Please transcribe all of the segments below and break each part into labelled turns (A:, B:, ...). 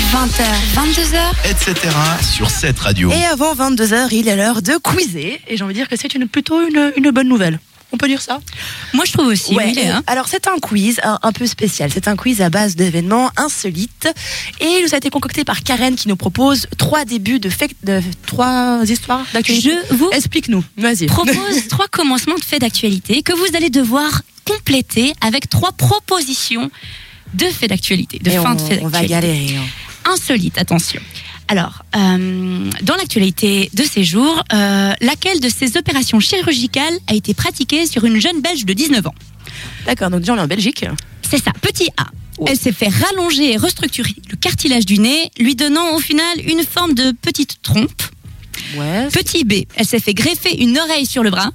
A: 20h, 22h.
B: etc. sur cette radio.
C: Et avant 22h, il est l'heure de quizer. Et j'ai envie de dire que c'est une, plutôt une, une bonne nouvelle. On peut dire ça
A: Moi, je trouve aussi.
C: Ouais.
A: oui, il est, hein.
C: Alors c'est un quiz un, un peu spécial. C'est un quiz à base d'événements insolites et il nous a été concocté par Karen qui nous propose trois débuts de, faits- de trois histoires d'actualité.
A: Je vous
C: Explique-nous. Vas-y.
A: propose trois commencements de faits d'actualité que vous allez devoir compléter avec trois propositions de faits d'actualité, de
C: Et
A: fin
C: on,
A: de faits
C: on va
A: d'actualité.
C: galérer. hein.
A: Insolite, attention. Alors, euh, dans l'actualité de ces jours, euh, laquelle de ces opérations chirurgicales a été pratiquée sur une jeune Belge de 19 ans
C: D'accord. Donc déjà on est en Belgique.
A: C'est ça, petit A. Elle s'est fait rallonger et restructurer le cartilage du nez, lui donnant au final une forme de petite trompe.
C: Ouais.
A: Petit B, elle s'est fait greffer une oreille sur le bras.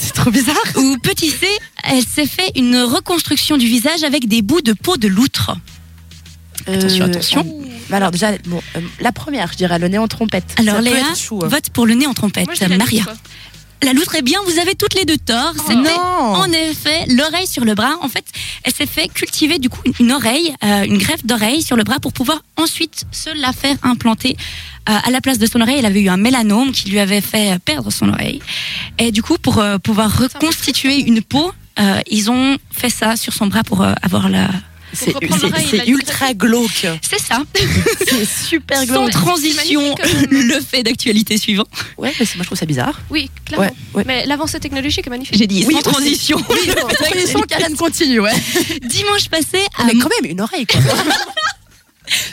C: C'est trop bizarre.
A: Ou petit C, elle s'est fait une reconstruction du visage avec des bouts de peau de loutre. Attention, attention.
C: Bah Euh, alors déjà bon, euh, la première, je dirais le nez en trompette.
A: Alors
C: Ça peut
A: Léa,
C: être chou, hein.
A: vote pour le nez en trompette.
D: Moi, je dirais
A: Maria.
D: loutre.
A: La loutre est bien, vous avez toutes les deux tort. C'était
C: Oh non.
A: en effet l'oreille sur le bras. En fait, elle s'est fait cultiver du coup une, une oreille, euh, une greffe d'oreille sur le bras pour pouvoir ensuite se la faire implanter. Euh, à la place de son oreille, elle avait eu un mélanome qui lui avait fait perdre son oreille. Et du coup, pour euh, pouvoir reconstituer une peau, euh, ils ont fait ça sur son bras pour euh, avoir la.
C: C'est
D: reprendre
C: c'est-
D: l'oreille,
C: c'est
D: il va
C: ultra glauque.
A: C'est ça.
C: C'est super
A: Sans
C: glauque.
A: transition,
D: magnifique, euh,
A: le fait d'actualité suivant.
C: Ouais, mais c'est- moi je trouve ça bizarre.
D: Oui, clairement.
C: Ouais, ouais.
D: Mais l'avancée technologique est magnifique.
A: J'ai dit
C: Oui,
A: sans
C: aussi.
A: transition.
C: Transition, Karen continue, ouais.
A: Dimanche passé, à...
C: Ah, Mais quand même une oreille quoi.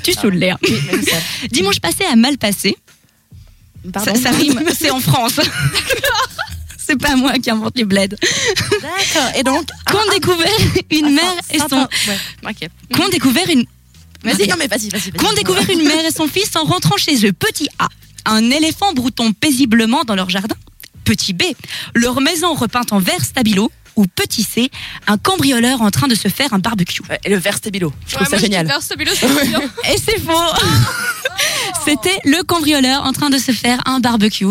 A: tu saoules l'air.
C: Même ça.
A: Dimanche passé à mal passé.
C: Pardon.
A: Ça, ça rime, c'est en France. c'est pas moi qui invente les bleds. Ah,
C: D'accord. Et donc,
A: Qu'ont découvert une mère et son. Qu'ont découvert une.
C: Vas-y,
A: Vas-y.
C: non mais vas-y, vas-y. vas-y.
A: Qu'ont découvert une mère et son fils en rentrant chez eux. Petit A. Un éléphant brouton paisiblement dans leur jardin. Petit B. Leur maison repeinte en vert stabilo. Ou petit C. Un cambrioleur en train de se faire un barbecue.
C: Ouais, et le verre stabilo. Je trouve
D: Ouais,
C: ça
D: moi, je dis
C: génial.
D: vers Stabilo, c'est bien.
A: Et c'est faux C'était le cambrioleur en train de se faire un barbecue.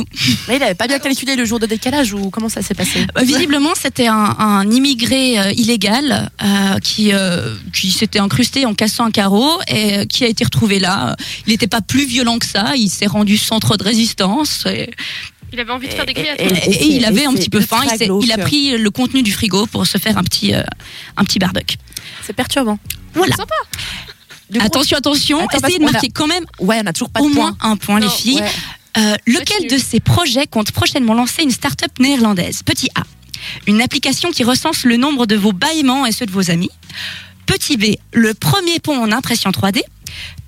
C: Mais il avait pas bien calculé le jour de décalage ou comment ça s'est passé
A: Euh, Visiblement, c'était un, un immigré euh, illégal euh, qui, euh, qui s'était incrusté en cassant un carreau et euh, qui a été retrouvé là. Il n'était pas plus violent que ça. Il s'est rendu centre de résistance et,
D: Il avait envie de faire des
C: Et- et-
D: grillades.
A: et- et il
C: c'est-
A: avait
C: et
A: un
C: c'est
A: petit peu faim.
C: ultra
A: Il, s'est-
C: glauque.
A: il a pris le contenu du frigo pour se faire un petit, euh, un petit barbecue.
C: C'est perturbant.
A: Voilà.
D: Sympa.
C: Du coup,
A: attention, attention.
C: Attends, parce
A: Essayez de
C: qu'on a
A: marquer quand même
C: Ouais, on a toujours pas
A: au
C: de
A: moins
C: point.
A: un point, les
D: Non,
A: filles.
C: Ouais.
A: Euh, lequel de ces projets compte prochainement lancer une start-up néerlandaise Petit A, une application qui recense le nombre de vos bâillements et ceux de vos amis. Petit B, le premier pont en impression 3D.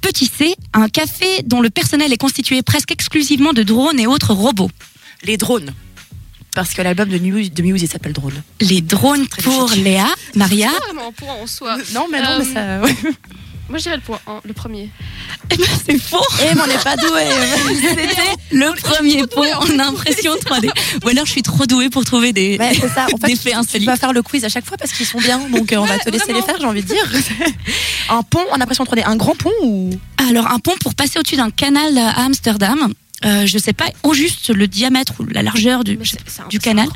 A: Petit C, un café dont le personnel est constitué presque exclusivement de drones et autres robots.
C: Les drones. Parce que l'album de Muse, de Muse, il s'appelle Drone.
A: Les drones pour
C: logique.
A: Léa, Maria.
D: C'est pas vraiment un point en soi.
C: Non, mais non, mais ça. ouais.
D: Moi, je dirais le point 1, le premier.
A: Eh ben, C'est faux
C: Eh, mais on est pas doué.
A: C'était le premier pont en impression 3D. Ou alors je suis trop douée pour trouver des,
C: Ouais, c'est ça. En fait,
A: des faits
C: Tu
A: insolites.
C: vas faire le quiz à chaque fois parce qu'ils sont bien, donc euh, on va te laisser les faire, j'ai envie de dire. un pont, en impression 3D, un grand pont ou
A: Alors, un pont pour passer au-dessus d'un canal à Amsterdam. Euh, je sais pas au juste le diamètre ou la largeur du,
D: Mais
A: je sais
D: c'est- c'est
A: pas,
D: un-
A: du
D: c'est
A: canal.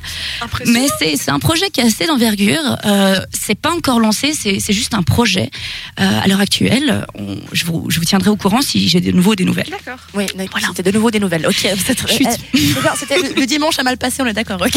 D: Impressionnant.
A: Mais c'est c'est un projet qui a assez d'envergure. Euh, c'est pas encore lancé, c'est c'est juste un projet. Euh, à l'heure actuelle, on- je, vous, je vous tiendrai au courant si j'ai de nouveau des nouvelles.
D: D'accord.
C: Oui, d'accord, c'était de nouveau des nouvelles. Ok, c'est-
A: Chut.
C: eh, d'accord, c'était le, le dimanche a mal passé, on est d'accord. Ok.